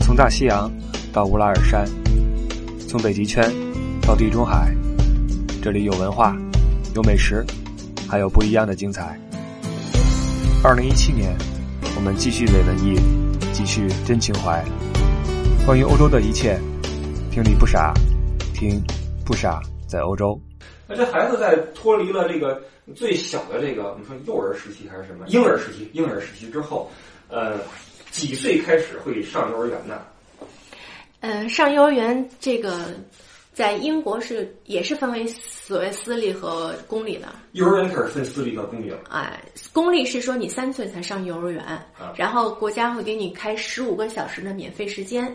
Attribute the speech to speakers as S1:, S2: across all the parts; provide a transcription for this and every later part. S1: 从大西洋到乌拉尔山，从北极圈到地中海，这里有文化，有美食，还有不一样的精彩。二零一七年，我们继续伪文艺，继续真情怀。关于欧洲的一切，听你不傻，听不傻在欧洲。
S2: 那这孩子在脱离了这个最小的这个我们说幼儿时期还是什么婴儿时期，婴儿时期之后，呃，几岁开始会上幼儿园呢？
S3: 呃，上幼儿园这个在英国是也是分为所谓私立和公立的。
S2: 幼儿园开始分私立和公立了，
S3: 哎、公立是说你三岁才上幼儿园，
S2: 啊
S3: 然后国家会给你开十五个小时的免费时间，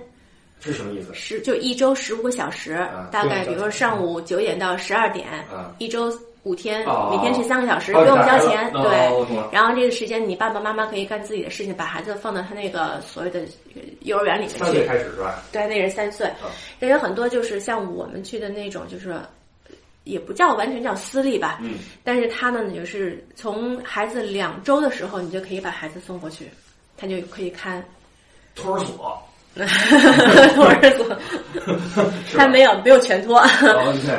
S2: 这是什么意思？
S3: 十就一周十五个小时，
S2: 啊
S3: 大概
S2: 对
S3: 比如说上午九点到十二点，
S2: 啊
S3: 一周五天，
S2: 哦
S3: 每天是三个小时，
S2: 哦
S3: 不用
S2: 打
S3: 交
S2: 孩子
S3: 钱，
S2: 哦
S3: 对。
S2: 我懂了
S3: 然后这个时间，你爸爸妈妈可以干自己的事情，把孩子放到他那个所谓的呃幼儿园里面
S2: 三
S3: 去
S2: 岁。开始是吧？嗯
S3: 对，那人三岁。但有很多就是像我们去的那种，就是也不叫完全叫私立吧，
S2: 嗯，
S3: 但是他呢，就是从孩子两周的时候，你就可以把孩子送过去，他就可 以看
S2: 托儿所，
S3: 托儿所，
S2: 是吧
S3: 他没有没有全托，
S2: 哦，对，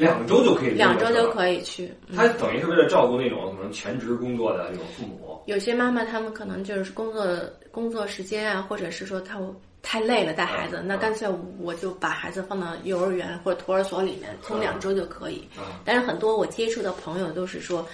S2: 两周就可以，
S3: 两周就
S2: 以。
S3: 可以去。嗯
S2: 他等于是为了照顾那种可能全职工作的那种父母，
S3: 有些妈妈她们可能就是工作工作时间啊，或者是说她太累了带孩子，
S2: 嗯
S3: 那干脆我就把孩子放到幼儿园或者托儿所里面，从两周就可以。
S2: 嗯
S3: 但是很多我接触的朋友都是说，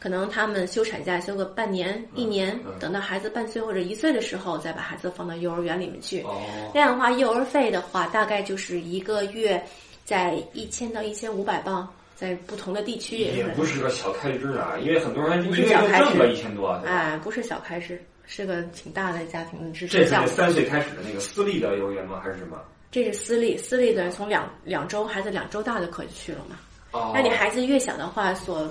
S3: 可能他们休产假休个半年、一年，
S2: 嗯
S3: 等到孩子半岁或者一岁的时候，再把孩子放到幼儿园里面去。
S2: 哦，
S3: 那样的话，幼儿费的话，大概就是一个月在一千到一千五百镑，在不同的地区
S2: 也
S3: 是
S2: 不是个小开支啊，因为很多人一
S3: 不
S2: 个
S3: 是
S2: 月
S3: 小
S2: 就
S3: 开
S2: 挣个
S3: 支
S2: 一千多，对吧？
S3: 哎，不是小开支，是个挺大的家庭支
S2: 这
S3: 持
S2: 是
S3: 项
S2: 那
S3: 目。
S2: 三岁开始的那个私立的幼儿园吗？还是什么？
S3: 这是私立，私立的从两两周孩子两周大就可以去了嘛。
S2: 哦
S3: 那你孩子越小的话，所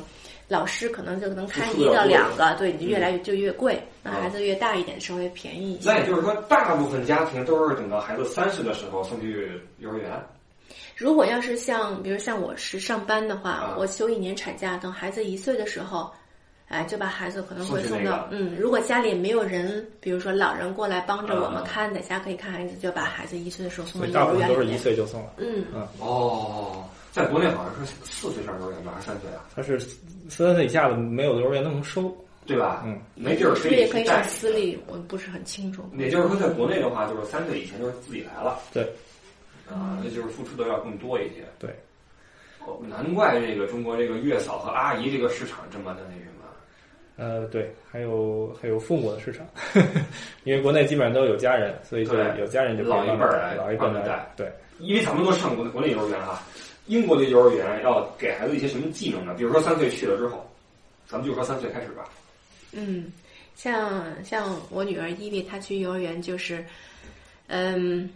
S3: 老师可能就能开
S2: 付
S3: 一
S2: 出要
S3: 到
S2: 多
S3: 两
S2: 一
S3: 个，对，你就越来越就越贵。那
S2: 嗯
S3: 孩子越大一点，稍微便宜一些
S2: 那。也就是说，大部分家庭都是等到孩子三岁的时候送去幼儿园。
S3: 如果要是像，比如像我是上班的话
S2: 啊，
S3: 我休一年产假，等孩子一岁的时候，哎，就把孩子可能会
S2: 送
S3: 送
S2: 去那
S3: 到
S2: 个，
S3: 嗯，如果家里没有人，比如说老人过来帮着我们
S2: 啊
S3: 看，在家可以看孩子，就把孩子一岁的时候送
S4: 所
S3: 到
S4: 以
S3: 幼儿
S4: 大部分
S3: 园里
S4: 都是一
S3: 面。
S4: 岁就送了。
S3: 嗯，
S2: 哦，在国内好像是四岁上幼儿园吧，还是三岁啊？
S4: 它是三岁以下的没有幼儿园能收，
S2: 对吧？
S4: 嗯，
S2: 没地儿
S3: 是
S2: 谁
S3: 不是也
S2: 去
S3: 可以
S2: 带
S3: 上私立？我不是很清楚。
S2: 也就是说，在国内的话，就是三岁以前就是自己来了。
S4: 对
S2: 啊，那就是付出的要更多一些。
S4: 对，
S2: 哦，难怪这个中国这个月嫂和阿姨这个市场这么的那什么。
S4: 呃，对，还有还有父母的市场， 因为国内基本上都有家人，所以就
S2: 对
S4: 有家人就可以
S2: 老一辈儿来
S4: 老一辈
S2: 帮
S4: 儿
S2: 着
S4: 来
S2: 带，
S4: 对，
S2: 因为咱们都上国国内幼儿园哈，英国的幼儿园要给孩子一些什么技能呢？比如说三岁去了之后，咱们就说三岁开始吧。
S3: 嗯，像像我女儿伊利，她去幼儿园就是，嗯，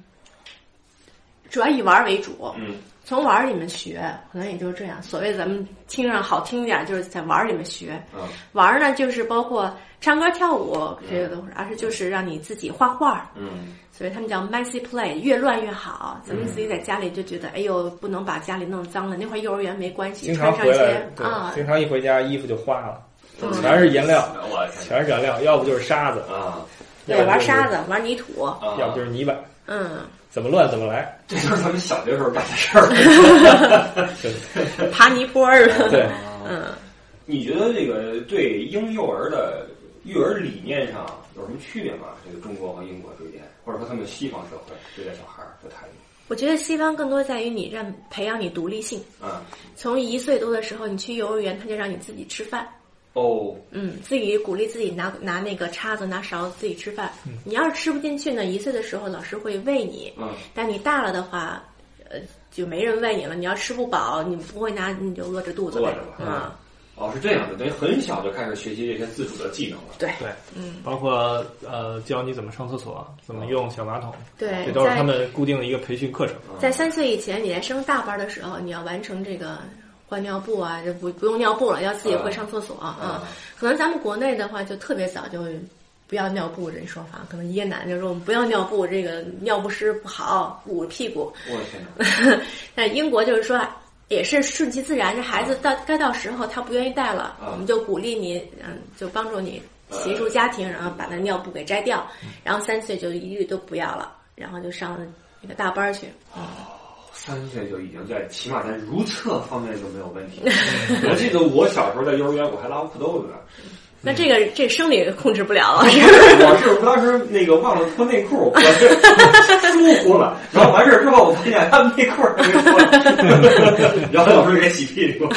S3: 主要以玩儿为主，
S2: 嗯，
S3: 从玩儿里面学，可能也就是这样。所谓咱们听上好听点儿，就是在玩儿里面学。
S2: 啊，
S3: 玩儿呢，就是包括唱歌、跳舞这些东西，而是就是让你自己画画儿，
S2: 嗯，
S3: 所以他们叫 messy play，越乱越好。咱们自己在家里就觉得，哎呦，不能把家里弄脏了。那会儿幼儿园没关系，
S4: 经
S3: 穿
S4: 常
S3: 上一
S4: 回来
S3: 些，
S4: 对，
S3: 啊，
S4: 经常一回家衣服就花了，
S2: 嗯
S4: 全是颜料，
S2: 我的天
S4: 全是染料，要不就是沙子，
S2: 啊
S3: 对，
S4: 要不
S3: 玩
S4: 就是
S3: 沙子，玩泥土，
S2: 啊！
S4: 要不就是泥巴，
S3: 嗯。
S4: 怎么乱怎么来，
S2: 这就是咱们小学时候干的事儿。
S3: 爬泥坡儿。
S4: 对，
S3: 嗯，
S2: 你觉得这个对婴幼儿的育儿理念上有什么区别吗？这个中国和英国之间，或者说他们西方社会对待小孩儿的态度？
S3: 我觉得西方更多在于你让培养你独立性。
S2: 啊，
S3: 从一岁多的时候，你去幼儿园，他就让你自己吃饭，
S2: 哦，
S3: 嗯，自己鼓励自己拿拿那个叉子、拿勺子自己吃饭。你要是吃不进去呢，一岁的时候老师会喂你，
S2: 嗯，
S3: 但你大了的话，呃，就没人喂你了。你要吃不饱，你不会拿，你就饿着肚子呗
S2: 饿着吧
S3: 啊。
S2: 哦，是这样的，等于很小就开始学习这些自主的技能了。
S3: 对
S4: 对，嗯，包括呃教你怎么上厕所，怎么用小马桶，
S3: 对
S4: 这都是
S3: 在
S4: 他们固定的一个培训课程，
S3: 在三岁以前，你在升大班的时候，你要完成这个换尿布啊，就不不用尿布了，要自己会上厕所
S4: 嗯
S3: 啊。
S2: 啊
S3: 可能咱们国内的话，就特别早就不要尿布这一说法，可能爷爷奶奶就说我们不要尿布，这个尿不湿不好，捂屁股。
S2: 我的天哪！
S3: 但英国就是说。也是顺其自然，这孩子到该到时候他不愿意带了，
S2: 啊
S3: 我们就鼓励你，嗯，就帮助你协助家庭，然后把那尿布给摘掉，然后三岁就一律都不要了，然后就上那个大班儿去。
S2: 三岁就已经在起码在如厕方面就没有问题。我记得我小时候在幼儿园我还拉过裤兜子呢，
S3: 那这个这生理控制不了了，是
S2: 我是我当时那个忘了脱内裤，我是 疏忽了，然后完事儿之后我发现他内裤儿还没脱了， 然后老师给洗屁股。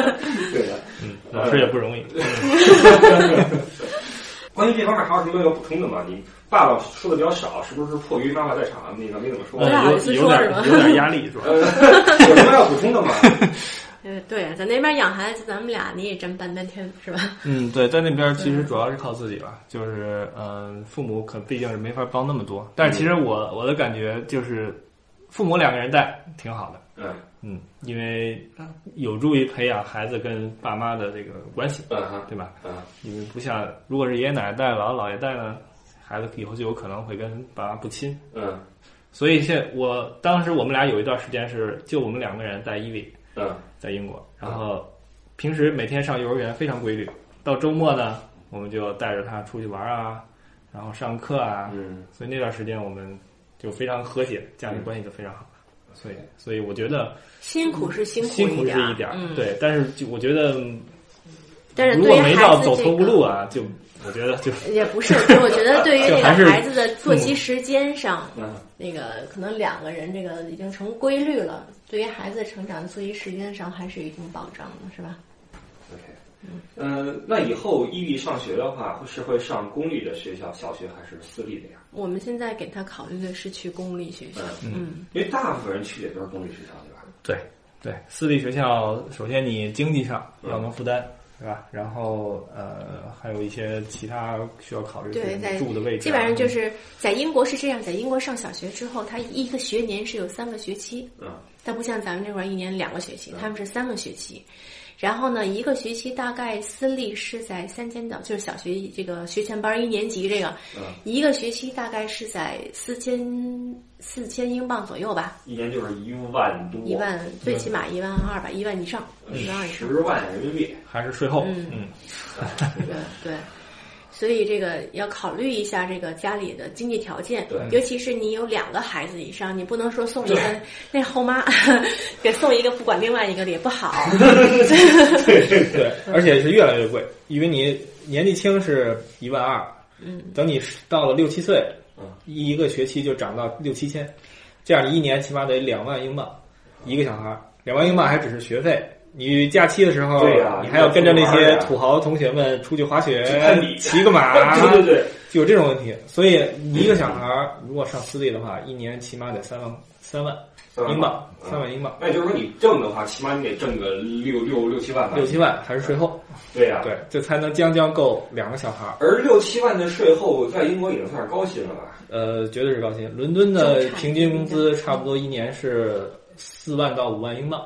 S2: 对的，
S4: 嗯，老师也不容易。
S2: 关于这方面还有什么要补充的吗？你爸爸说的比较少，是不是迫于妈妈在场，那个没怎么说？
S3: 不太好意思
S4: 有有
S3: 说是
S4: 点
S3: 吧
S4: 有点压力是吧？
S2: 呃，有什么要补充的吗？
S3: 呃，对，在那边养孩子，咱们俩你也真搬半天是吧？
S4: 嗯，对，在那边儿其实主要是靠自己吧，就是嗯、父母可毕竟是没法帮那么多，但是其实我我的感觉就是，父母两个人带挺好的，
S2: 嗯
S4: 嗯，因为有助于培养孩子跟爸妈的这个关系，
S2: 嗯哈
S4: 对吧？
S2: 嗯
S4: 因为不像如果是爷爷奶奶带、姥姥姥爷带呢，孩子以后就有可能会跟爸妈不亲，
S2: 嗯
S4: 所以现我当时我们俩有一段时间是就我们两个人在伊利，
S2: 嗯
S4: 在英国，然后平时每天上幼儿园非常规律，到周末呢，我们就带着他出去玩啊，然后上课啊，
S2: 嗯
S4: 所以那段时间我们就非常和谐，家庭关系就非常好。
S2: 嗯
S4: 所以，所以我觉得
S3: 辛苦是辛
S4: 嗯辛
S3: 一
S4: 苦是
S3: 点儿，
S4: 一点儿，
S3: 嗯，。
S4: 对，但是就我觉得，
S3: 但是
S4: 如
S3: 对
S4: 果
S3: 于
S4: 没
S3: 孩
S4: 到
S3: 子
S4: 走
S3: 这
S4: 投无
S3: 个
S4: 路啊，就我觉得就
S3: 也不是，就我觉得对于
S4: 就
S3: 那
S4: 还是
S3: 个孩子的作息时间上，
S2: 嗯
S3: 那个可能两个人这个已经成规律了，对于孩子的成长的作息时间上还是有一定保障的，是吧？
S2: ，OK。嗯，那以后异地上学的话，是会上公立的学校，小学还是私立的呀？
S3: 我们现在给他考虑的是去公立学校，嗯，
S2: 因为大部分人去的都是公立学校， 对吧？
S4: 对对，私立学校首先你经济上
S2: 嗯
S4: 要能负担，对吧？然后呃，还有一些其他需要考虑，
S3: 对，在
S4: 住的位置啊，
S3: 基本上就是在英国是这样，在英国上小学之后，他一个学年是有三个学期，
S2: 嗯
S3: 它不像咱们这块儿一年两个学期
S2: 嗯，
S3: 他们是三个学期。然后呢，一个学期大概私立是在三千到，就是小学这个学前班儿一年级这个，
S2: 嗯，
S3: 一个学期大概是在四千四千英镑左右吧，
S2: 一年就是一万多，
S3: 一万最起码一万二吧，一万以上，一万二以上。
S2: 十万人民币。
S4: 还是税后，
S3: 嗯
S4: 嗯
S2: 对
S3: 对对，所以这个要考虑一下这个家里的经济条件，
S2: 对
S3: 尤其是你有两个孩子以上，你不能说送一个那后妈 给送一个不管另外一个的也不好，
S4: 对，而且是越来越贵，因为你年纪轻是一万二，
S3: 嗯，
S4: 等你到了六七岁，
S2: 嗯
S4: 一个学期就涨到六七千，这样你一年起码得两万英镑，一个小孩儿，两万英镑还只是学费。你假期的时候，
S2: 对呀
S4: 你还要跟着那
S2: 你要出去玩
S4: 些
S2: 儿呀
S4: 土豪同学们出去滑雪
S2: 去看比、
S4: 骑个 马，
S2: 对对对，
S4: 就有这种问题。所以你一个小孩儿如果上私立的话，一年起码得三万三万
S2: 三万
S4: 英镑，
S2: 嗯
S4: 三万英镑，
S2: 那也就是说你挣的话，起码你得挣个六六六七万吧？
S4: 六七万还是税后，
S2: 对呀、
S4: 对，这才能将将够两个小孩儿。
S2: 而六七万的税后，在英国已经算是高薪了吧？
S4: 呃，绝对是高薪。伦敦的
S3: 中产
S4: 平均工资差不多一年是四万到五万英镑，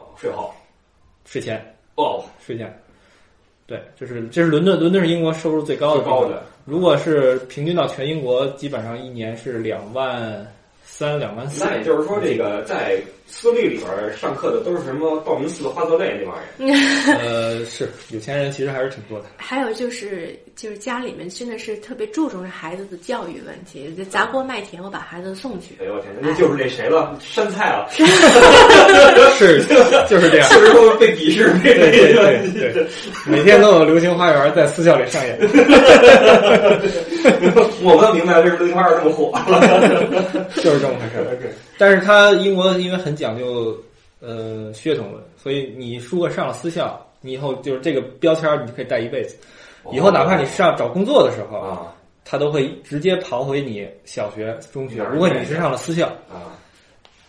S2: 哦税后
S4: 税前
S2: 哦，
S4: 税前。对，就是这是伦敦，伦敦是英国收入最高的
S2: 最
S4: 地方
S2: 高。的，
S4: 如果是平均到全英国，基本上一年是两万三、两万四。
S2: 那也就是说，这个在私立里边上课的都是什么道明寺、花泽类那帮人，
S4: 呃，是有钱人其实还是挺多的。
S3: 还有就是，就是家里面真的是特别注重孩子的教育问题，就砸锅卖铁，我把孩子送去。
S2: 哎呦我天，那就是那谁了，山菜了，
S4: 是，就是这样。
S2: 确实都是被鄙视，被
S4: 对
S2: 那个
S4: 对对对，每天都有《流星花园》在私校里上演。
S2: 我不能明白为什么零八二这么火了。
S4: 就是这么回事儿。但是他英国因为很讲究呃血统论，所以你如果上了私校，你以后就是这个标签儿你就可以带一辈子。以后哪怕你上找工作的时候，
S2: 哦啊
S4: 他都会直接刨回你小学、中学。
S2: 哪儿
S4: 如果你是上了私校，
S2: 啊，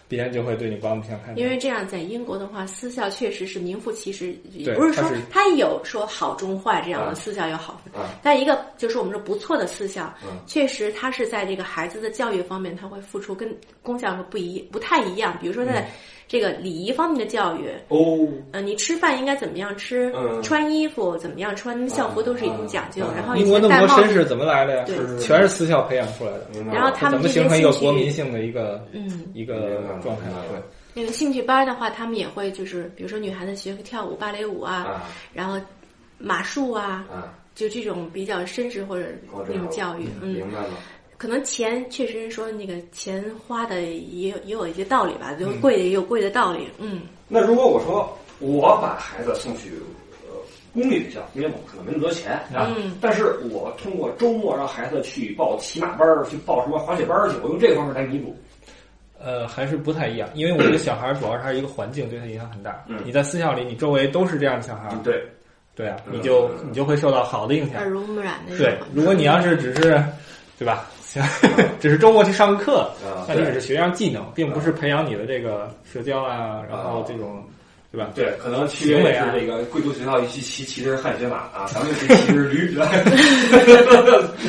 S4: 别人就会对你刮目相看。
S3: 因为这样，在英国的话，私校确实是名副其实，也
S4: 对
S3: 不是说
S4: 它是嗯
S3: 它有说好中坏这样
S2: 啊
S3: 的私校有好
S2: 啊，
S3: 但一个就是我们说不错的私校
S2: 嗯，
S3: 确实它是在这个孩子的教育方面，它会付出跟公校是不一不太一样。比如说在
S4: 嗯
S3: 这个礼仪方面的教育，
S2: 哦，
S3: 呃，你吃饭应该怎么样吃
S2: 嗯，
S3: 穿衣服怎么样穿，校服都是已经讲究
S2: 啊啊啊。
S3: 然后以
S4: 嗯英国
S3: 前
S4: 那
S3: 戴
S4: 么多
S3: 帽
S4: 绅
S3: 子，
S4: 士怎么来的呀？
S3: 对
S2: 是
S4: 全是私校培养出来的。
S2: 明白了
S3: 然后他
S4: 怎
S3: 们
S4: 么
S3: 这些
S4: 形成一
S3: 兴
S4: 个国
S3: 趣，
S4: 民性的一个
S3: 嗯，
S4: 一
S2: 明
S4: 个
S2: 白了
S4: 状态
S2: 明白？了
S4: 对，
S3: 那个兴趣班的话，他们也会就是，比如说女孩子学个跳舞、芭蕾舞啊，
S2: 啊
S3: 然后马术啊，
S2: 啊，
S3: 就这种比较绅士或者
S2: 我知
S3: 那
S2: 道
S3: 种
S2: 了
S3: 教育，嗯，
S2: 明白了。
S3: 可能钱确实是说那个钱花的也有也有一些道理吧，就贵的也有贵的道理。嗯，
S2: 那如果我说我把孩子送去呃公立学校，因为我可能没那么多钱啊，
S3: 嗯
S2: 但是我通过周末让孩子去报骑马班儿，去报什么滑雪班儿去，我用这个方式来弥补。
S4: 呃，还是不太一样，因为我觉得小孩儿主要是他一个环境对他影响很大。
S2: 嗯
S4: 你在私校里，你周围都是这样的小孩儿，
S2: 对，
S4: 对啊，
S2: 嗯
S4: 你就你就会受到好的影响
S3: 耳。濡目染的
S4: 嗯对，如果你要是只是，对吧？ 行，只是周末去上个课，
S2: 啊
S4: 那你只是学一样技能，并不是培养你的这个社交啊，然后这种，对吧？
S2: 对，可能区
S4: 行
S2: 别
S4: 为
S2: 是
S4: 啊
S2: 这个贵族学校一骑骑骑的是汗血马啊，咱们是骑的是 驴，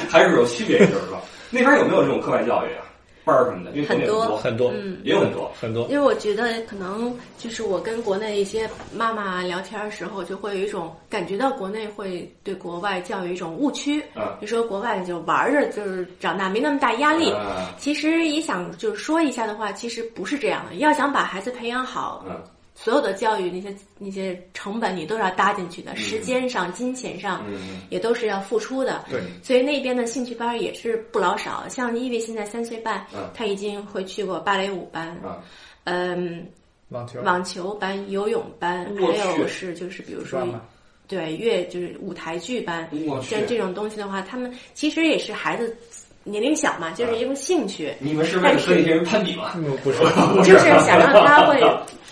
S2: 还是有区别，就是说那边有没有这种课外教育啊，班儿什么的？因为国内
S3: 很
S2: 多，
S3: 多
S4: 很多
S3: 嗯
S2: 也有很多。
S4: 很多，
S3: 因为我觉得可能就是我跟国内一些妈妈聊天的时候，就会有一种感觉到国内会对国外教育一种误区，
S2: 啊
S3: 就说国外就玩着就是长大没那么大压力。
S2: 啊
S3: 其实也想就是说一下的话，其实不是这样的。要想把孩子培养好，
S2: 嗯
S3: 所有的教育那些那些成本你都是要搭进去的，时间上、金钱上
S2: 嗯，
S3: 也都是要付出的。
S4: 对，
S3: 所以那边的兴趣班也是不老少，像伊维现在三岁半
S2: 嗯，
S3: 他已经会去过芭蕾舞班，
S2: 啊，
S3: 嗯，
S4: 网球、
S3: 网球班、游泳班，
S2: 我
S3: 还
S2: 去
S3: 有是就是比如说
S4: 抓嘛，
S3: 对乐就是舞台剧班，
S2: 我去
S3: 像，这种东西的话，他们其实也是孩子年龄小嘛，
S2: 嗯
S3: 就是一种兴趣，
S2: 你们是为了和那些人攀比 吗？
S4: 嗯，不是，
S3: 就是想让他会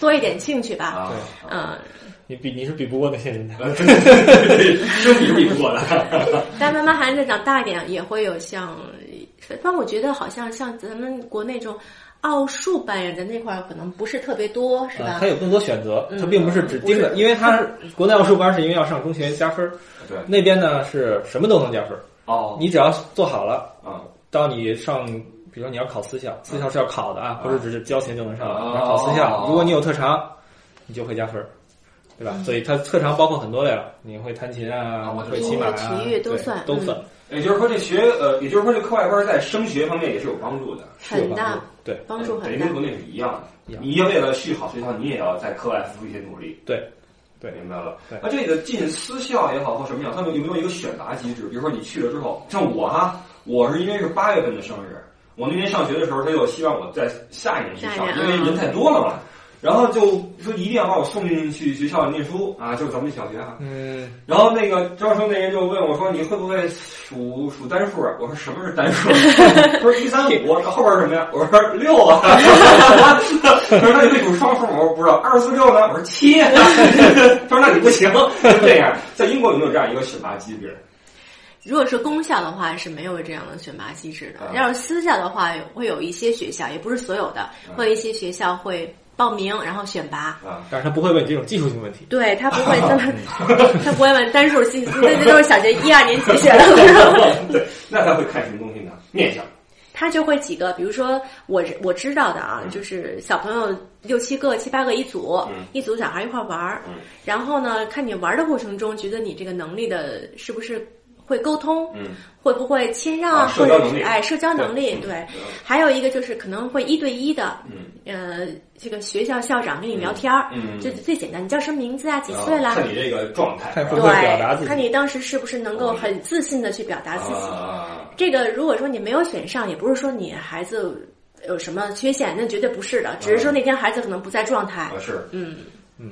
S3: 多一点兴趣吧。
S2: 啊，
S3: 嗯，
S4: 你比 你是比不过那些人的。
S2: 真比比过的。
S3: 但慢慢孩子长大一点，也会有像，但我觉得好像像咱们国内这种奥数班人在那块儿可能不是特别多，是嗯
S4: 啊
S3: 吧？
S4: 他有更多选择，他并不是只盯
S3: 不
S4: 着，因为他国内奥数班是因为要上中学加分儿，
S2: 对，
S4: 那边呢是什么都能加分儿，
S2: 哦，
S4: 你只要做好了，
S2: 啊
S4: 到你上，比如说你要考私校，私校是要考的啊，不是只是交钱就能上
S2: 啊
S4: 的，你要考私
S2: 哦
S4: 校，如果你有特长，你就会加分儿，对
S3: 嗯
S4: 吧？所以他特长包括很多类了，你会弹琴啊
S2: 啊我，知道
S4: 会骑马啊，
S3: 音乐体育都
S4: 对
S3: 算
S4: 都
S3: 嗯
S4: 算，
S2: 也就是说这学呃，也就是说这课外班在升学方面也是有帮助的。
S4: 是有
S3: 很大
S4: 对
S3: 帮助很
S2: 北
S3: 大
S2: 跟。国内是一样
S4: 一
S2: 的，
S4: 样
S2: 你要为了续好学校，你也要在课外付出一些努力。
S4: 对，对
S2: 明白了
S4: 对。
S2: 那这个进私校也好或什么样，他们有没有一个选拔机制？比如说你去了之后，像我啊，我是因为是八月份的生日，我那年上学的时候，他就希望我在下一年去上
S3: 下一，
S2: 因
S3: 年嗯
S2: 为人太多了嘛。然后就说一定要把我送进去学校念书啊，就是咱们小学啊。
S4: 嗯，
S2: 然后那个招生那人就问我说：“你会不会数数单数啊？”我说：“什么是单数？” 他说：“一三五。”我说：“后边是什么呀？”我说：“六啊。” 他说：“那你会数双数吗？”我说：“不知道。”二十四六呢？我说：“七啊。” 他说：“那你不行。”就这样，在英国有没有这样一个选拔机制？
S3: 如果是公校的话，是没有这样的选拔机制
S2: 啊
S3: 的。要是私校的话，会有一些学校，也不是所有的，会有一些学校会报名，然后选拔。
S2: 啊，
S4: 但是他不会问你这种技术性问题，
S3: 对他不会，他不会问单数信息，那那都是小学一二年级学 的。
S2: 对，那他会看什么东西呢？面相
S3: 他就会几个，比如说我我知道的啊，就是小朋友六七个、七八个一组，
S2: 嗯
S3: 一组小孩一块玩儿，
S2: 嗯
S3: 然后呢，看你玩儿的过程中，觉得你这个能力的是不是会沟通，
S2: 嗯
S3: 会不会谦让，
S2: 啊
S3: 或
S2: 社交
S3: 者
S2: 能
S3: 是
S2: 力
S3: 哎社交能力，对，还有一个就是可能会一对一的，
S2: 嗯
S3: 呃，这个学校校长跟你聊天儿，
S2: 嗯，
S3: 这、最简单，你叫什么名字啊？几岁
S2: 啊
S3: 啦？
S2: 看啊你这个状态，
S4: 看
S2: 是
S4: 会
S2: 吧
S4: 不会表达自
S3: 对，
S4: 己
S3: 看你当时是不是能够很自信的去表达自己。
S2: 嗯啊，
S3: 这个如果说你没有选上，也不是说你孩子有什么缺陷，那绝对不是的，只是说那天孩子可能不在状态
S2: 啊。是
S3: 嗯
S4: 嗯，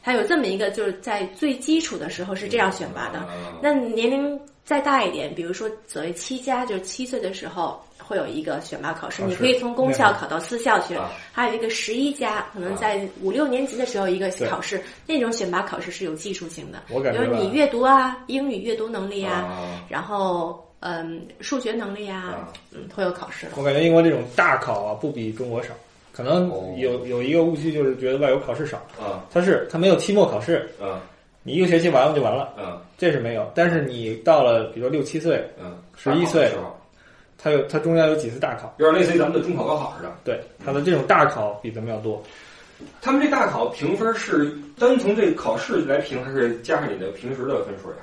S3: 还有这么一个，就是在最基础的时候是这样选拔的。
S2: 啊
S3: 那年龄再大一点，比如说所谓七加，就是七岁的时候会有一个选拔考试，
S4: 考试
S3: 你可以从公校考到私校去。
S2: 啊
S3: 还有一个十一加，可能在五六年级的时候一个考试，那种选拔考试是有技术性的，
S4: 我感觉
S3: 比如
S4: 吧
S3: 你阅读啊、英语阅读能力啊，
S2: 啊
S3: 然后嗯数学能力啊
S2: 啊，
S3: 嗯会有考试的。
S4: 我感觉英国这种大考啊，不比中国少。可能
S2: 哦
S4: 有有一个误区，就是觉得外国考试少，
S2: 啊
S4: 它是它没有期末考试，
S2: 啊
S4: 你一个学期完了就完了，
S2: 啊
S4: 这是没有。但是你到了比如说六七岁，
S2: 嗯，
S4: 11岁
S2: 大考的时候
S4: 它有它中间有几次大考，
S2: 有点类似于咱们的中考高考似的。
S4: 对它的这种大考比咱们要多。
S2: 他们这大考评分是单从这考试来评，还是加上你的平时的分数呀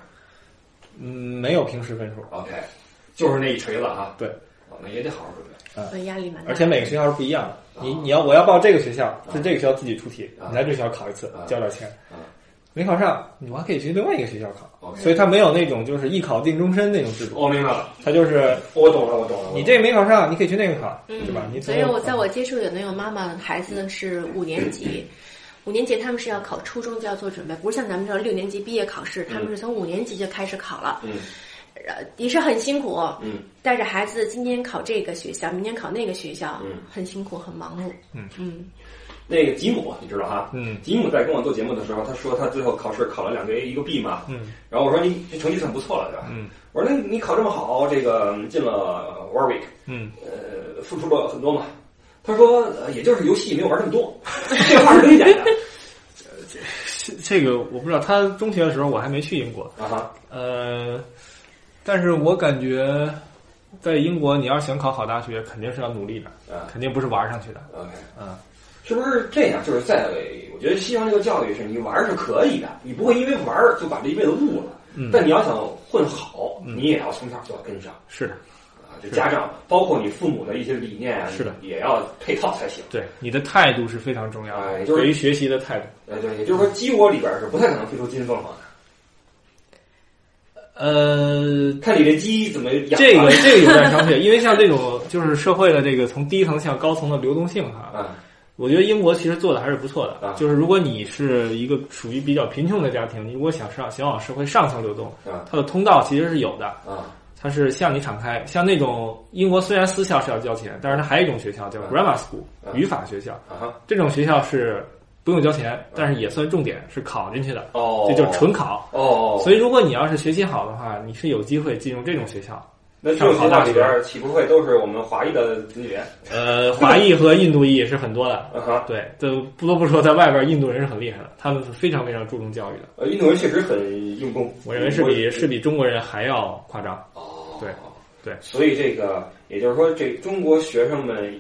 S4: 嗯，没有平时分数，
S2: ？OK，就是那一锤子啊。
S4: 对
S2: 哦，那也得好好准备。
S3: 所以压力蛮大。
S4: 而且每个学校是不一样的。你
S2: 啊
S4: 你要我要报这个学校，是这个学校自己出题，
S2: 啊
S4: 你来这学校考一次
S2: 啊，
S4: 交点钱
S2: 啊。
S4: 没考上，你还可以去另外一个学校考，
S2: OK
S4: 所以它没有那种就是一考定终身那种制度，
S2: 我明白了，
S4: 它就是
S2: 我懂了，我懂了。我懂了
S4: 你这没考上，你可以去那个考，
S3: 嗯，
S4: 对吧？你
S3: 所以我在我接触有那种妈妈孩子是五年级，五年级他们是要考初中就要做准备，不是像咱们这种六年级毕业考试，他们是从五年级就开始考了，
S2: 嗯
S3: 呃也是很辛苦，哦
S2: 嗯
S3: 带着孩子今天考这个学校，明天考那个学校
S2: 嗯，
S3: 很辛苦，很忙碌，
S4: 嗯
S3: 嗯
S2: 那个吉姆啊你知道哈？
S4: 嗯
S2: 吉姆在跟我做节目的时候，他说他最后考试考了两个 A 一个 B 嘛，
S4: 嗯
S2: 然后我说你这成绩算不错了，对吧？
S4: 嗯
S2: 我说那你考这么好，这个进了 Warwick，
S4: 嗯，
S2: 呃，付出了很多嘛。他说，呃，也就是游戏没有玩那么多， 这话是真假的
S4: 这这个我不知道，他中学的时候我还没去英国，
S2: 啊哈。
S4: 呃，但是我感觉在英国，你要是想考好大学，肯定是要努力的，
S2: 啊
S4: 肯定不是玩上去的，
S2: ，OK，
S4: 啊，
S2: 是不是这样？就是在我觉得西方这个教育是你玩儿是可以的，你不会因为玩儿就把这一辈子误了。
S4: 嗯，
S2: 但你要想混好，
S4: 嗯
S2: 你也要从小就要跟上
S4: 是的，
S2: 啊！就家长包括你父母的一些理念啊，
S4: 是的
S2: 也要配套才行。
S4: 对，你的态度是非常重要
S2: 哎
S4: 的，
S2: 就是
S4: 对于学习的态度。
S2: 呃，对，也就是说，鸡窝里边是不太可能飞出金凤凰的。
S4: 呃，
S2: 看你这鸡怎么养
S4: 这
S2: 吧
S4: 个这个有待商榷，因为像这种就是社会的这个从低层向高层的流动性哈，
S2: 啊，
S4: 我觉得英国其实做的还是不错的
S2: 啊。
S4: 就是如果你是一个属于比较贫穷的家庭，你如果想上想往社会上层流动
S2: 啊，
S4: 它的通道其实是有的，
S2: 啊
S4: 它是向你敞开。像那种英国虽然私校是要交钱，但是它还有一种学校叫
S2: 啊
S4: grammar school
S2: 啊
S4: 语法学校，
S2: 啊哈
S4: 这种学校是不用交钱，但是也算重点，是考进去的，
S2: 哦，
S4: 这就是纯考。
S2: 哦，
S4: 所以，如果你要是学习好的话，你是有机会进入这种学校。
S2: 那这种学校里边岂不会都是我们华裔的子女？
S4: 呃，华裔和印度裔也是很多的。
S2: 啊哈，
S4: 对，这不得不说，在外边印度人是很厉害的，他们是非常非常注重教育的。
S2: 呃，运动员确实很用功，
S4: 我认为是比是比中国人还要夸张。
S2: 哦，
S4: 对对
S2: 所以这个也就是说，这中国学生们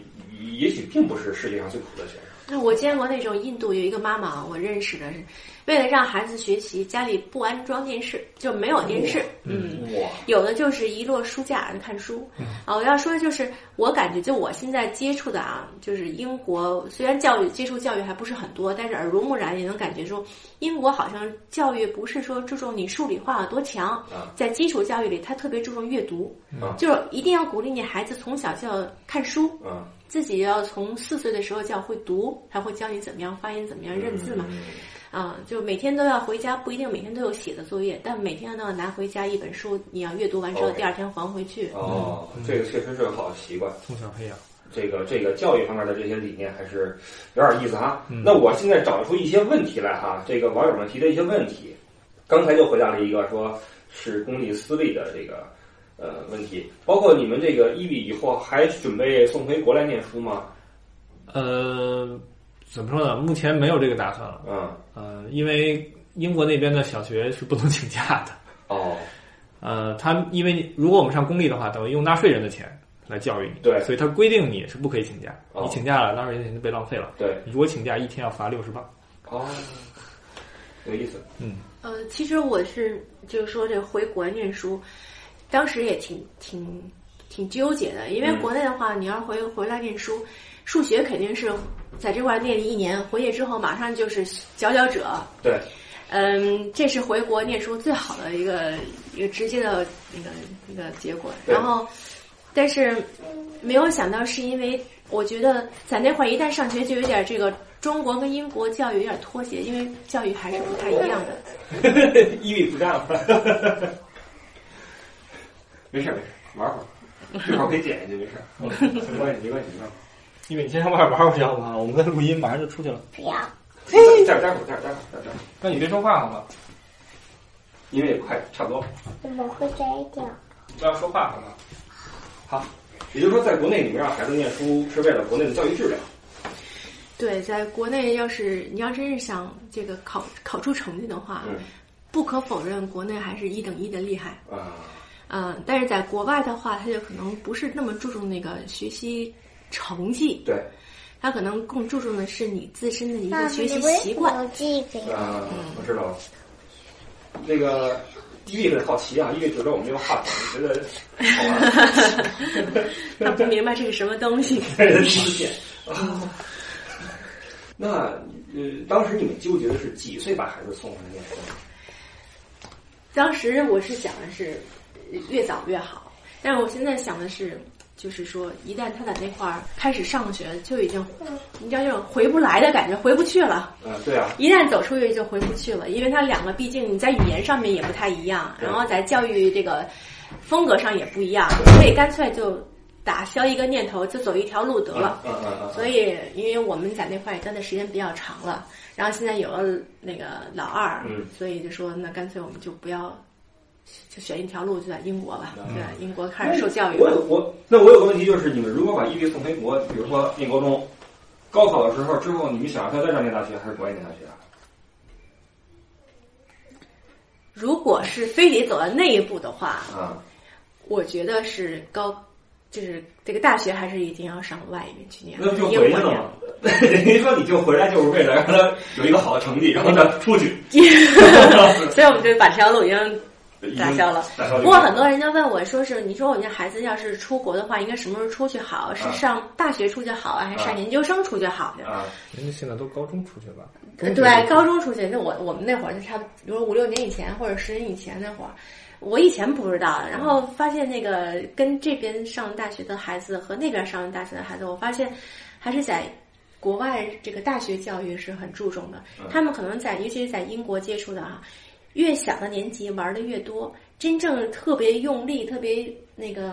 S2: 也许并不是世界上最苦的学生。
S3: 那我见过那种印度有一个妈妈，我认识的是，为了让孩子学习，家里不安装电视，就没有电
S4: 哦
S3: 视，嗯
S2: 哇，
S3: 有的就是一摞书架看书
S2: 嗯
S3: 啊。我要说的就是，我感觉就我现在接触的啊，就是英国虽然教育接触教育还不是很多，但是耳濡目染也能感觉出，英国好像教育不是说注重你数理化有多强
S2: 啊，
S3: 在基础教育里，它特别注重阅读
S2: 嗯，
S3: 就是一定要鼓励你孩子从小就要看书，
S2: 嗯，
S3: 自己要从四岁的时候就要会读，还会教你怎么样发音、怎么样认字嘛。
S2: 嗯
S3: 啊，就每天都要回家，不一定每天都有写的作业，但每天都要拿回家一本书，你要阅读完之后，
S2: OK
S3: 第二天还回去。
S2: 哦，
S4: 嗯
S2: 这个确实是个好习惯。
S4: 从小培养，
S2: 这个这个教育方面的这些理念还是有点意思哈。
S4: 嗯
S2: 那我现在找出一些问题来哈，这个网友们提的一些问题，刚才就回答了一个说是公立私立的这个呃问题，包括你们这个伊比以后还准备送回国来念书吗？
S4: 呃，怎么说呢？目前没有这个打算了。
S2: 嗯，
S4: 呃，因为英国那边的小学是不能请假的。
S2: 哦，
S4: 呃，他因为你如果我们上公立的话，等于用纳税人的钱来教育你，
S2: 对
S4: 所以他规定你是不可以请假。
S2: 哦
S4: 你请假了，纳税人的钱就被浪费了。
S2: 对，
S4: 你如果请假，一天要罚六十磅。
S2: 哦，有意思，
S3: 呃，其实我是就是说这回国念书，当时也挺挺挺纠结的，因为
S2: 嗯
S3: 国内的话，你要回回来念书，数学肯定是在这块儿念一年，回去之后马上就是佼佼者，
S2: 对，
S3: 嗯，这是回国念书最好的一个一个直接的那个那个结果。
S2: 对
S3: 然后，但是没有想到是因为我觉得在那会儿一旦上学就有点这个中国跟英国教育有点脱节，因为教育还是不太一样的。
S2: 伊比不干了，没事儿没事儿，玩会儿，这会儿可以剪进去，没事儿， 没关系没关系没关系。
S4: 因为你先上外边玩会儿去好不好？我们在录音，马上就出去了。
S2: 待会儿待会儿待会儿待会儿待会儿，
S4: 那你别说话好吗？
S2: 因为也快差不多了。
S5: 我会摘掉。
S4: 你不要说话好吗？
S2: 也就是说，在国内你们让孩子念书是为了国内的教育质量。
S3: 对，在国内要是你要真是想这个考考出成绩的话，
S2: 嗯
S3: 不可否认国内还是一等一的厉害。
S2: 啊，
S3: 嗯、但是在国外的话，他就可能不是那么注重那个学习成绩，
S2: 对
S3: 他可能更注重的是你自身的一
S5: 那
S3: 个学习习惯。
S5: 有这个呀，
S2: 啊，我知道了。那个伊利很好奇啊，伊利觉得我们这个话筒觉得好 玩，
S3: 他不明白这是什么东西。
S2: 开人视线啊。那呃，当时你们纠结的是几岁把孩子送回来念书？
S3: 当时我是想的是呃越早越好，但是我现在想的是，就是说一旦他在那块儿开始上学，就已经，你知道这种回不来的感觉，回不去了。
S2: 啊、对啊，
S3: 一旦走出去就回不去了，因为他两个毕竟你在语言上面也不太一样，
S2: 对
S3: 然后在教育这个风格上也不一样，所以干脆就打消一个念头，就走一条路得了。
S2: 嗯嗯嗯，
S3: 所以，因为我们在那块儿也待的时间比较长了，然后现在有了那个老二，
S2: 嗯
S3: 所以就说那干脆我们就不要，就选一条路，就在英国吧，
S2: 嗯
S3: 对，英国开始受教育
S2: 我
S3: 了。
S2: 有我那我有个问题就是，你们如果把伊利送回国，比如说念高中，高考的时候之后，你们想让他在这儿念大学还是国外念大学啊？
S3: 如果是非得走到那一步的话，
S2: 啊，
S3: 我觉得是高，就是这个大学还是一定要上外语去念，
S2: 那就
S3: 英
S2: 回去
S3: 国
S2: 了
S3: 念
S2: 嘛。 人家说你就回来就是为了让他有一个好的成绩，然后他出去。
S3: 所以我们就把这条路已经打消了。
S2: 打消
S3: 不过很多人家问我说是，你说我家孩子要是出国的话，应该什么时候出去好？是
S2: 啊
S3: 上大学出去好啊，还是上
S2: 啊
S3: 研究生出去好呢？
S2: 啊，
S4: 人家现在都高中出去吧？
S3: 呃
S4: 中学
S3: 对，高中出去，那我我们那会儿就差不多，比如说五六年以前或者十年以前那会儿，我以前不知道，然后发现那个跟这边上大学的孩子和那边上大学的孩子，我发现还是在国外这个大学教育是很注重的，他们可能在尤其是在英国接触的啊，越小的年级玩的越多，真正特别用力、特别那个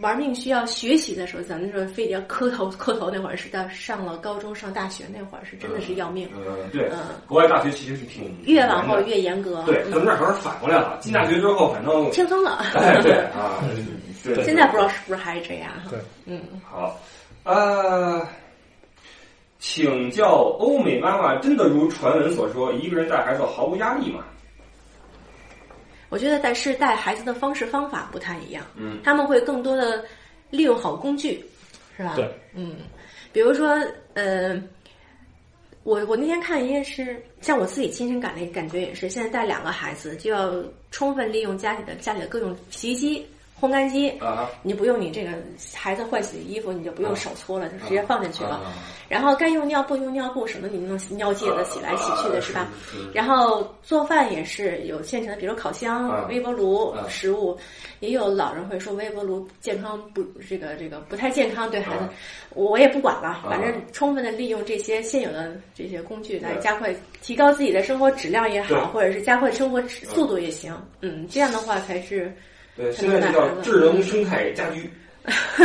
S3: 玩命需要学习的时候，咱们说非得要磕头磕头那会儿是到上了高中上大学那会儿是真的是要命。
S2: 嗯，对
S3: 嗯，
S2: 国外大学其实是挺
S3: 越往后越严格，
S2: 对，咱们
S3: 嗯、
S2: 这儿好像反过来了，进大学之后反 正
S3: 轻松了。
S2: 哎对啊，对，对
S3: 现在不知道是不是还是这样哈。
S4: 对，
S3: 嗯，
S2: 好，呃，请教欧美妈妈真的如传闻所说，一个人带孩子毫无压力吗？
S3: 我觉得但是带孩子的方式方法不太一样，
S2: 嗯，
S3: 他们会更多的利用好工具，是吧？
S4: 对，
S3: 嗯，比如说，呃，我我那天看一个是像我自己亲身感的感觉也是，现在带两个孩子就要充分利用家里的家里的各种洗衣机、烘干机，
S2: 啊，
S3: 你不用你这个孩子换洗的衣服，你就不用手搓了，就直接放进去了。
S2: 啊
S3: 然后该用尿布用尿布，省得你们弄尿介的洗来洗去的是吧？？
S2: 嗯
S3: 然后做饭也是有现成的，比如烤箱、
S2: 嗯
S3: 微波炉、
S2: 嗯
S3: 食物，也有老人会说微波炉健康不这个这个不太健康对孩子，
S2: 嗯
S3: 我也不管了，
S2: 嗯
S3: 反正充分的利用这些现有的这些工具来
S2: 对
S3: 加快提高自己的生活质量也
S2: 对
S3: 好，或者是加快生活质速度也行，嗯，这样的话才是
S2: 对，现在这叫智能生态家居。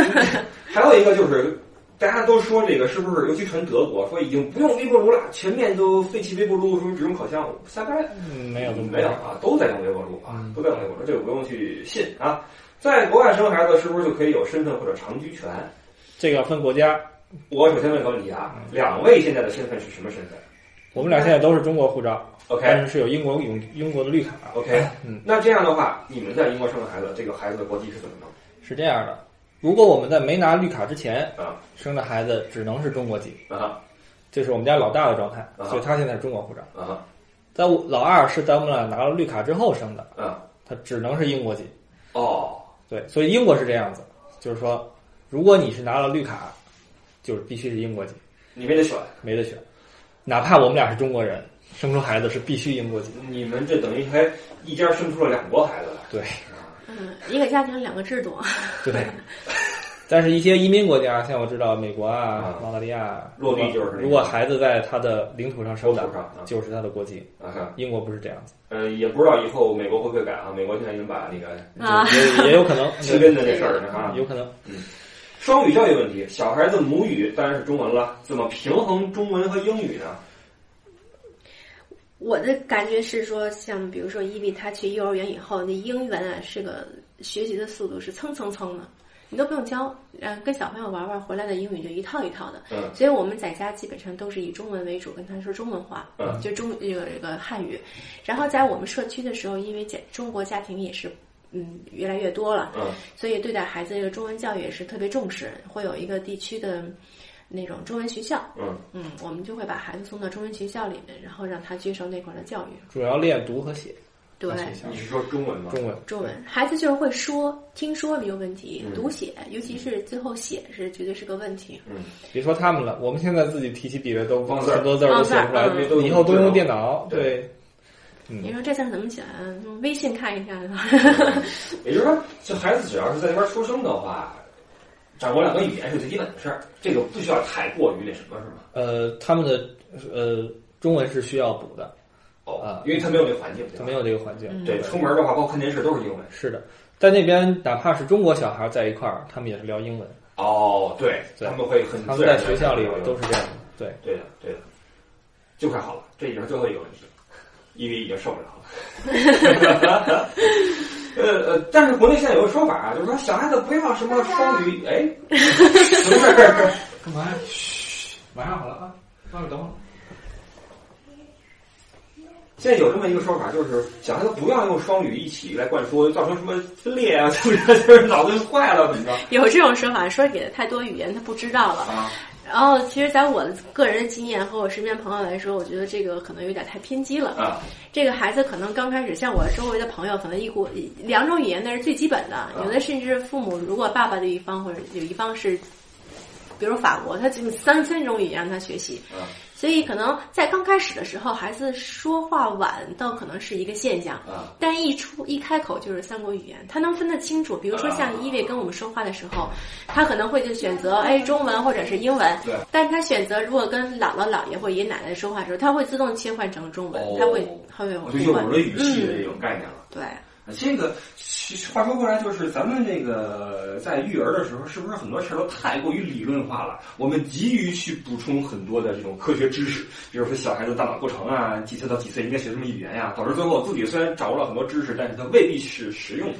S2: 还有一个就是，大家都说这个是不是？尤其传德国，说已经不用微波炉了，全面都废弃微波炉，说只用烤箱。瞎掰，
S4: 嗯没有这么
S2: 没有啊，都在用微波炉啊
S4: 嗯，
S2: 都在用微波炉，这个不用去信啊。在国外生孩子是不是就可以有身份或者长居权？
S4: 这个要分国家。
S2: 我首先问个问题啊，
S4: 嗯
S2: 两位现在的身份是什么身份
S4: 我们俩现在都是中国护照，但
S2: ？OK
S4: 是是有英国永英国的绿卡。
S2: OK，
S4: 哎嗯，
S2: 那这样的话，你们在英国生的孩子，这个孩子的国籍是怎么弄
S4: 是这样的，如果我们在没拿绿卡之前
S2: 啊
S4: 生的孩子，只能是中国籍，
S2: 啊
S4: 这是我们家老大的状态，
S2: 啊
S4: 所以他现在是中国护照。
S2: 啊
S4: 在我老二是在我们俩拿了绿卡之后生的，
S2: 啊！
S4: 他只能是英国籍。
S2: 哦，
S4: 对，所以英国是这样子，就是说，如果你是拿了绿卡，就是必须是英国籍，
S2: 你们得选，
S4: 没得选。哪怕我们俩是中国人，生出孩子是必须英国籍。
S2: 你们这等于还一家生出了两国孩子来。
S4: 对
S3: 嗯一个家庭两个制度，
S4: 对。但是，一些移民国家，像我知道美国
S2: 啊
S4: 啊、澳大利亚，
S2: 落地就是那个
S4: 如果孩子在他的领土上生
S2: 国
S4: 的
S2: 土上啊，
S4: 就是他的国籍。
S2: 啊哈，
S4: 英国不是 这样子，
S2: 呃，也不知道以后美国会不会改啊？美国现在已经把那个
S4: 嗯
S3: 啊
S4: 也也有可能，
S2: 切根的那事儿呢啊
S4: 对，有可能。
S2: 双语教育问题，小孩子母语当然是中文了，怎么平衡中文和英语呢？
S3: 我的感觉是说，像比如说伊比他去幼儿园以后，那英文啊是个学习的速度是蹭蹭蹭的，你都不用教，嗯，跟小朋友玩玩，回来的英语就一套一套的。
S2: 嗯
S3: 所以我们在家基本上都是以中文为主，跟他说中文话，
S2: 嗯
S3: 就中这个这个汉语。然后在我们社区的时候，因为家中国家庭也是。嗯，越来越多了，
S2: 嗯
S3: 所以对待孩子这个中文教育也是特别重视，会有一个地区的那种中文学校，
S2: 嗯
S3: 嗯，我们就会把孩子送到中文学校里面，然后让他接受那块儿的教育。
S4: 主要练读和写，
S3: 对
S4: 那学校
S2: 你是说中文吗？
S4: 中文
S3: 中文，孩子就是会说、听说没有问题，
S2: 嗯
S3: 读写，尤其是最后写是绝对是个问题。
S2: 嗯，
S4: 别说他们了，我们现在自己提起笔来都
S2: 忘字儿
S4: 很多字儿都写不出来
S3: 忘字儿，
S2: 嗯
S4: 以后都用电脑。
S2: 对
S4: 对，
S2: 嗯
S3: 你说这字儿怎么写啊？用微信看一看啊。
S2: 也就是说，就孩子只要是在那边出生的话，掌握两个语言是最基本的事儿，这个不需要太过于那什么，是吗？
S4: 呃，他们的呃中文是需要补的，
S2: 哦
S4: 啊，
S2: 因为他没有这个环境，对吧
S4: 没有这个环境。
S3: 嗯
S2: 对，出门的话，包括看电视都是英文。
S4: 是的，在那边哪怕是中国小孩在一块儿，他们也是聊英文，
S2: 哦，对，
S4: 对
S2: 他们会很
S4: 他
S2: 嗯自
S4: 们
S2: 然
S4: 在
S2: 地
S4: 学校里
S2: 聊英文
S4: 都是这样的。对，
S2: 对的，对的，就快好了，这已经是最后一个问题了，因为已经受不了了。 呃呃，但是国内现在有个说法啊，就是说小孩子不要什么双语，哎，什么事儿？
S4: 干嘛呀？嘘，马上好了啊，外面等会儿。
S2: 现在有这么一个说法，就是小孩子不要用双语一起来灌输，造成什么分裂啊， 是不是？就是脑子坏了怎么着？
S3: 有这种说法，说给他太多语言他不知道了。
S2: 啊，
S3: 然后，其实，在我的个人的经验和我身边朋友来说，我觉得这个可能有点太偏激了。
S2: 啊，
S3: 这个孩子可能刚开始，像我周围的朋友，可能一国两种语言那是最基本的，有的甚至父母如果爸爸的一方或者有一方是，比如法国，他就三三种语言让他学习，
S2: 啊
S3: 所以可能在刚开始的时候，孩子说话晚倒可能是一个现象。
S2: 啊
S3: 但一出一开口就是三国语言，他能分得清楚。比如说
S2: 啊
S3: 像一位跟我们说话的时候，他可能会就选择哎中文或者是英文，
S2: 对
S3: 但他选择如果跟姥姥姥爷或爷爷奶奶说话的时候，他会自动切换成中文，
S2: 哦
S3: 他会他会往
S2: 就
S3: 中
S2: 有
S3: 文
S2: 了语气的
S3: 嗯
S2: 这种概念了。
S3: 对，
S2: 啊这个其实话说回来，就是咱们这个在育儿的时候，是不是很多事儿都太过于理论化了？我们急于去补充很多的这种科学知识，比如说小孩子大脑构成啊，几岁到几岁应该学什么语言呀、导致最后自己虽然掌握了很多知识，但是它未必是实用的。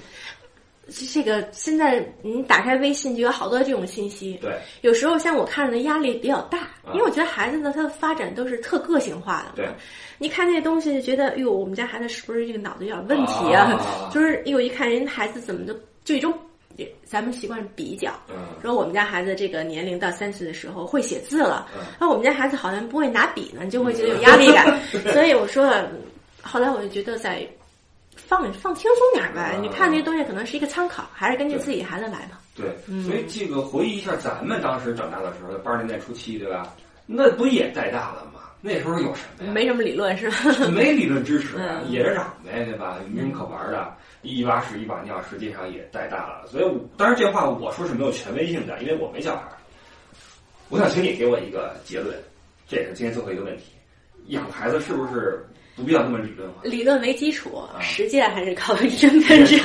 S3: 这个现在你打开微信就有好多这种信息，
S2: 对
S3: 有时候像我看着的压力比较大，
S2: 啊
S3: 因为我觉得孩子的他的发展都是特个性化的。
S2: 对，
S3: 你看那东西就觉得，哎呦，我们家孩子是不是这个脑子有点问题啊？
S2: 啊
S3: 就是哎呦，一看人家孩子怎么就就一种，咱们习惯比较。
S2: 嗯
S3: 说我们家孩子这个年龄到三岁的时候会写字了
S2: 嗯，
S3: 那、我们家孩子好像不会拿笔呢，你就会觉得有压 力感。所以我说，嗯后来我就觉得在放放轻松点儿呗，
S2: 嗯
S3: 你看这些东西可能是一个参考，还是根据自己孩子来吧。
S2: 对，
S3: 嗯
S2: 所以这个回忆一下咱们当时长大的时候，八十年代初期，对吧？那不也带大了吗？那时候有什么呀？
S3: 没什么理论是吧？
S2: 没理论知识啊，
S3: 嗯
S2: 也是嚷呗，对吧？没什么可玩的，一把屎一把尿，实际上也带大了。所以我，当然这话我说是没有权威性的，因为我没小孩儿。我想请你给我一个结论，这也是今天最后一个问题：养孩子是不是不必要那么理论化？
S3: 理论为基础，
S2: 啊
S3: 实践还是靠真跟
S2: 是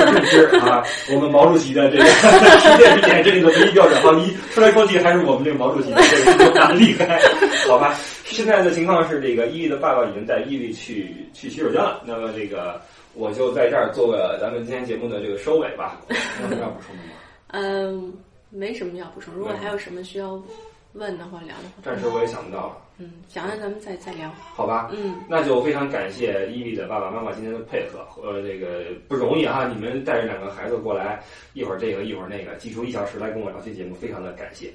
S3: 着。
S2: 啊，我们毛主席的这个 实践是点这里的唯一标准。好，你说来说去还是我们这个毛主席的这个 非常厉害，好吧？现在的情况是，这个伊利的爸爸已经带伊利去去洗手间了。那么这个我就在这儿做个咱们今天节目的这个收尾吧。有什么要补充的吗？
S3: 嗯，没什么要补充。如果还有什么需要问的或聊的话，
S2: 暂时我也想不到了，
S3: 嗯，想让咱们再再聊。
S2: 好吧？
S3: 嗯，
S2: 那就非常感谢伊利的爸爸妈妈今天的配合，呃，这个不容易啊！你们带着两个孩子过来，一会儿这个一会儿那个，挤出一小时来跟我聊期节目，非常的感谢。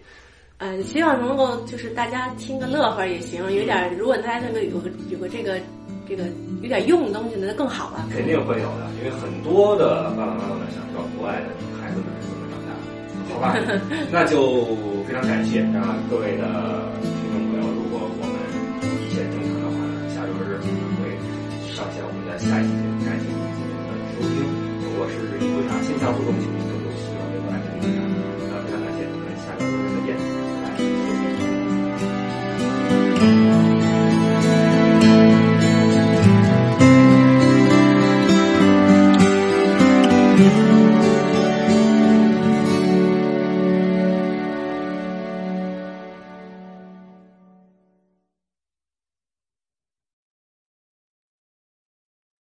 S3: 呃，希望能够就是大家听个乐呵也行，有点儿如果大家那个有个有个这个这个有点用的东西，那就更好了。
S2: 肯定会有的，因为很多的呃爸爸妈妈们想知道国外的孩子们是怎么长大的，好吧？那就非常感谢啊，各位的听众朋友，如果我们一切正常的话呢，下周日会上线我们的下一期节目，感谢您今天的收听。我是一回场线下互动情啊